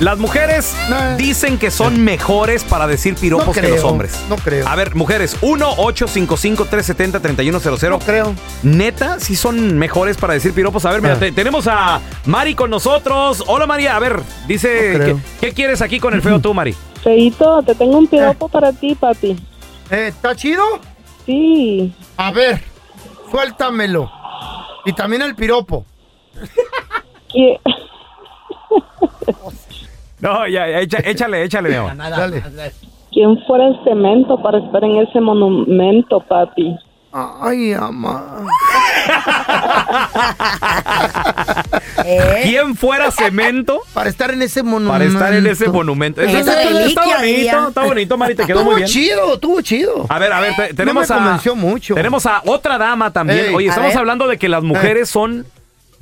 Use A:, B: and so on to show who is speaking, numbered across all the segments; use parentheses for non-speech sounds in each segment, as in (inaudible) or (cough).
A: Las mujeres
B: Nah.
A: dicen que son mejores para decir piropos
B: No
A: que
B: creo,
A: los hombres.
B: no creo.
A: A ver, mujeres, 1-855-370-3100.
B: No creo.
A: Neta, si son mejores para decir piropos. A ver, mira,
B: Ah.
A: te- tenemos a Mari con nosotros. Hola, María. A ver, dice,
B: No
A: que-
B: creo.
A: ¿qué, quieres aquí con el feo tú, Mari?
C: Feito, te tengo un piropo
A: Ah.
C: para ti, papi.
B: Eh, ¿Está chido?
C: Sí.
B: A ver, suéltamelo. Y también el piropo.
C: Que-
A: (laughs) No, ya, ya, echa- échale, échale, mi
B: (laughs)
A: amor.
B: Dale.
C: ¿Quién fuera el cemento para estar en ese monumento, papi?
B: Ay, ama.
D: ¿Eh?
A: ¿Quién fuera
B: (laughs)
A: cemento
B: Para estar en ese monumento.
A: para estar en ese monumento?
D: Esa
A: Está- está- está
D: reliquia,
A: bonito,
D: ella.
A: está bonito, Mari, te quedó
B: Estuvo
A: muy bien. Ah.
B: chido, estuvo chido.
A: A ver, a ver, te- tenemos
B: me
A: a.
B: convenció mucho.
A: Tenemos a otra dama también.
B: Ey. Eh.
A: Oye,
D: A
A: estamos
D: ver.
A: hablando de que las mujeres son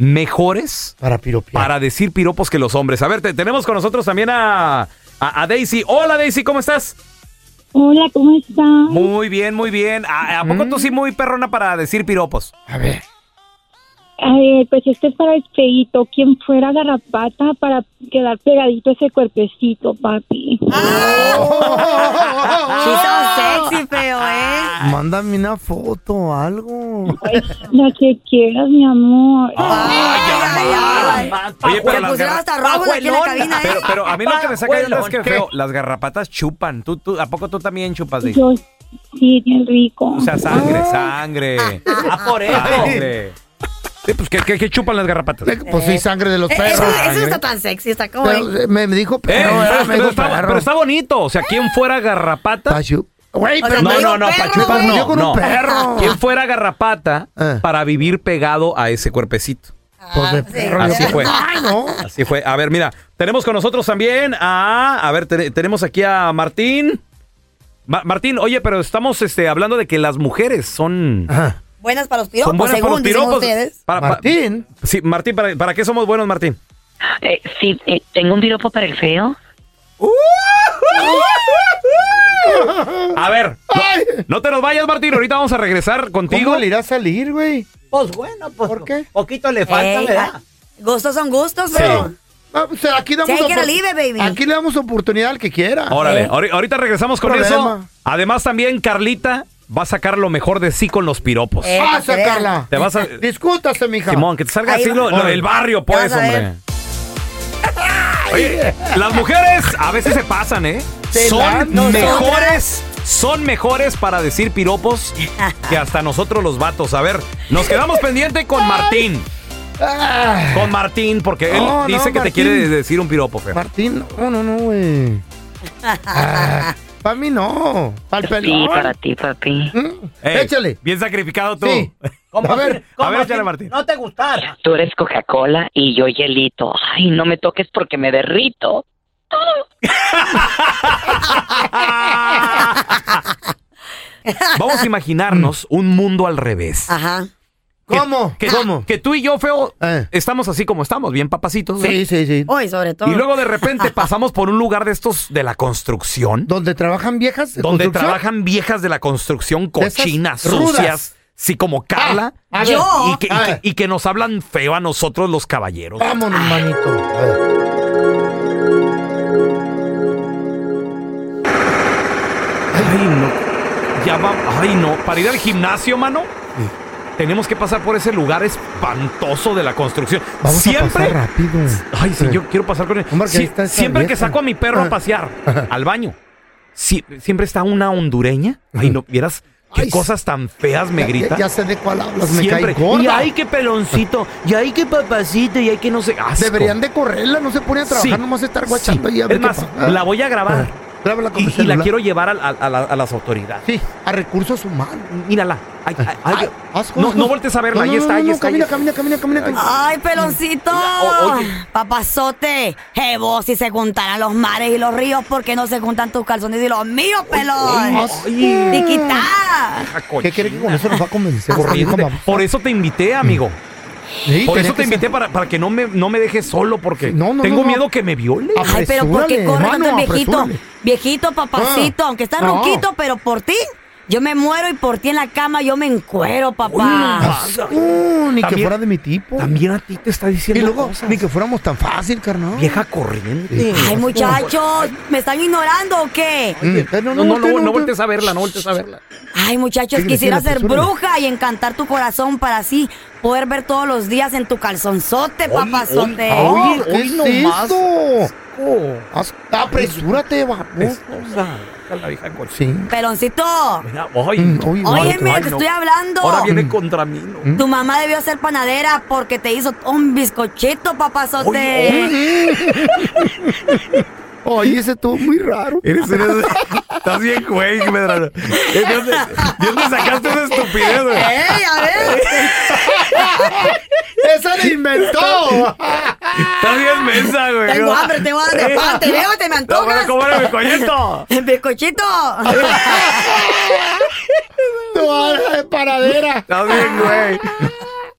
A: mejores
B: Para piropear.
A: para decir piropos que los hombres. A ver, te- tenemos con nosotros también a, a- a Daisy. Hola, Daisy, ¿cómo estás?
C: Hola, ¿cómo estás?
A: Muy bien, muy bien. ¿A, a poco
B: Mm.
A: tú sí muy perrona para decir piropos? (laughs)
B: A ver.
C: Ay, pues este es para el feito. ¿Quién fuera garrapata para quedar pegadito ese cuerpecito, papi?
A: Ah.
D: Sí, son sexy, feo, ¿eh?
B: Mándame una foto o algo.
C: Ay, la que quieras, mi amor.
A: Ah.
D: Ay, ay, ay.
A: Oye, pero
D: Se
A: las
D: pusieron
A: garra-
D: hasta rojos aquí en la cabina,
A: Pero,
D: ¿eh?
A: pero a mí lo que me saca de onda es que
B: ¿Qué?
A: feo, las garrapatas chupan. ¿Tú, tú, ¿A poco tú también chupas, Daisy?
C: Yo, sí, bien rico.
A: O sea, sangre, sangre. Ah, por eso. Sí, pues que, que- que chupan las garrapatas.
B: Eh, (laughs) Pues sí, sangre de los
D: Eh, Eso,
B: perros.
D: eso no está tan sexy, está como...
B: Pero, eh, me, me dijo
A: Eh,
B: perro,
A: pero,
B: ¿verdad? me
A: pero
B: dijo
A: está,
B: perro.
A: pero está bonito. O sea, quien fuera garrapata.
B: Pachu. Güey,
D: O sea,
B: pero
A: No, no, no,
D: Perro,
A: Pachupa
D: güey.
A: no.
B: Yo con un
A: no.
B: perro.
A: Quien fuera garrapata
B: Eh.
A: para vivir pegado a ese cuerpecito.
B: Pues de
D: Ah, sí.
B: perro.
A: Así
B: yo-
A: fue.
B: Ay, no.
A: Así fue. A ver, mira, tenemos con nosotros también a. A ver, te- tenemos aquí a Martín. Ma- Martín, oye, pero estamos este, hablando de que las mujeres son.
B: Ajá.
D: Buenas para los
A: son
B: pues
D: piropos,
A: buenas para
D: según
A: los
D: dicen
A: piropos.
D: ustedes.
A: Para- para-
B: Martín.
A: sí, Martín, ¿para, ¿para qué somos buenos, Martín?
E: Eh, sí, eh, tengo un piropo para el feo.
A: A ver,
B: Ay,
A: no te nos vayas, Martín. Ahorita vamos a regresar contigo.
B: ¿Cómo le irá a salir, güey?
F: Pues bueno, pues
B: ¿Por qué?
F: poquito le falta,
D: Ey,
F: ¿verdad?
D: ah, gustos son gustos,
A: Sí.
D: pero...
B: Ah, pues, aquí damos
D: Sí, hay que
B: opor-
D: libre, baby.
B: Aquí le damos oportunidad al que quiera.
A: Órale,
D: Eh.
A: ahori- ahorita regresamos con
B: Problema.
A: eso. Además, también Carlita va a sacar lo mejor de sí con los piropos.
D: Eh.
B: Ah,
D: para que
B: sacarla.
A: Te vas a-
B: Discútase, mija.
A: Simón, que te salga
D: Ahí
A: así
D: va.
A: lo, lo
B: Órale.
A: del barrio,
D: Ya
A: pues,
D: vas a ver.
B: (laughs)
A: hombre. Oye, las mujeres a veces se pasan, ¿eh?
B: Se
A: Son
B: dan, no,
A: mejores, son mejores para decir piropos que hasta nosotros los vatos. A ver, nos
B: (laughs)
A: quedamos pendiente con Martín.
B: Ah,
A: Con Martín, porque él
B: No, no,
A: dice que te
B: Martín.
A: quiere decir un piropo, feo.
B: Martín, no, no, no, güey. para mí no. Para el pelón.
E: Sí, para ti, papi.
B: Mm,
A: Ey,
B: Échale.
A: Bien sacrificado tú.
B: Sí.
F: Como
B: A ver,
F: si- como
A: a ver,
F: si
A: échale, Martín.
F: No te gustara.
E: Tú eres Coca-Cola y yo hielito. Ay, no me toques porque me derrito.
A: (laughs) Vamos a imaginarnos un mundo al revés.
D: Ajá.
B: Ah, ¿Cómo?
A: Que,
B: ¿Cómo?
A: que tú y yo, feo,
B: Eh.
A: estamos así como estamos, bien papacitos. ¿no?
B: Sí, sí, sí.
D: Hoy, sobre todo.
A: Y luego de
B: (laughs)
A: repente pasamos por un lugar de estos de la construcción,
B: ¿Donde trabajan viejas? de
A: donde
B: construcción?
A: trabajan viejas de la construcción
B: De esas
A: cochinas,
B: rudas. Ah.
A: sucias, sí como Carla,
B: A ver,
D: Yo.
A: y, que, y
B: a
A: que-
B: ver.
A: y que nos hablan feo a nosotros los caballeros.
B: Vámonos, manito. A ver.
A: Ay, no. Ya va. Ay, no. Para ir al gimnasio, mano, tenemos que pasar por ese lugar espantoso de la construcción.
B: Vamos a
A: Siempre.
B: pasar rápido.
A: Ay, sí,
B: Eh.
A: yo quiero pasar con él.
B: Hombre, que
A: Sí,
B: ahí está esa
A: siempre que
B: vieja.
A: saco a mi perro a
B: Ah.
A: pasear al baño, sí, siempre está una hondureña. Ay, no, vieras qué
B: Ay,
A: cosas tan feas me
B: Ya-
A: grita.
B: Ya, sé de cuál hablas, me
A: siempre.
B: cae gorda.
A: y ay, qué peloncito. Y ay, qué papacito. Y ay, que no sé. Asco.
B: Deberían de correrla, no se pone a trabajar,
A: Sí,
B: nomás estar guachando
A: sí.
B: y a ver
A: Es
B: qué
A: más,
B: pasa.
A: la voy a grabar.
B: Ah, grábala con
A: Y,
B: tu
A: y la
B: celular.
A: quiero llevar al- al- a, la- a las autoridades.
B: Sí, a recursos humanos.
A: Mírala. Ay, ay, ay,
B: Ay, Ah. asco,
A: no,
B: asco.
A: no voltes a verla.
B: No,
A: ahí
B: no,
A: está,
B: no,
A: ahí
B: no,
A: está. ahí
B: Camina,
A: está.
B: camina, camina, camina. camina.
D: ¡Ay, peloncito!
A: O- oye.
D: Papazote, eh, vos si se juntaran los mares y los ríos, ¿por qué no se juntan tus calzones y los míos, pelón?
B: Ay.
D: ¡Tiquitá!
A: Ah,
B: ¿Qué
A: cochina.
B: quiere que con eso nos va a convencer?
A: Corriente. Por eso te invité, amigo.
B: Sí,
A: Por
B: tenía
A: eso te
B: que ser-
A: invité para, para que no me, no me dejes solo, porque
B: No, no,
A: tengo
B: no, no.
A: miedo que me viole.
B: Ah,
D: Ay, pero ¿por qué
B: Apresúrale,
D: corre tanto el
B: hermano,
D: viejito?
B: apresúrale.
D: Viejito, papacito,
B: Ah,
D: aunque está
B: no.
D: ronquito, pero por ti Yo me muero y por ti en la cama yo me encuero,
A: Uy,
D: papá.
B: Uh, ni que
A: También-
B: fuera de mi tipo.
A: También a ti te está
B: Y
A: diciendo
B: luego,
A: cosas.
B: ni que fuéramos tan fácil, carnal.
A: Vieja corriente.
D: Ay, muchachos, ¿me están ignorando o qué?
B: Mm, eh,
A: No, no, no, no, voltees a verla, no voltees a verla.
D: Ay, muchachos,
B: Síguele,
D: quisiera
B: síguele,
D: ser
B: pues, súbele.
D: bruja y encantar tu corazón para así poder ver todos los días en tu calzonzote, papazote.
B: Oye, ¿qué
A: Hoy
B: es
A: nomás.
B: eso?
A: Oh,
B: Haz- Apresúrate, baboso.
A: esposa. La vieja corriente.
B: Sí. (laughs)
D: Peloncito,
A: Mira, ay,
B: Mm, oye,
D: óyeme,
A: ay,
D: te
A: no.
D: estoy hablando.
A: Ahora
B: Mm.
A: viene contra mí, ¿no?
D: Tu mamá debió ser panadera porque te hizo un bizcochito, papazote.
B: Oye, ese todo muy é raro.
A: Eres, eres, estás bien, güey, Medrano. Eh, ¿De dónde, de dónde sacaste esa estupidez, güey?
D: ¡Ey, a ver!
B: ¡Esa la inventó!
A: Estás bien mensa, güey.
D: Tengo hambre, tengo
A: (laughs)
D: hambre de pan, te veo, te me
A: No,
D: antojas.
A: bueno, ¿cómo era mi coñito?
D: ¡Bizcochito!
B: ¡Tu alma de paradera!
A: Estás bien, güey.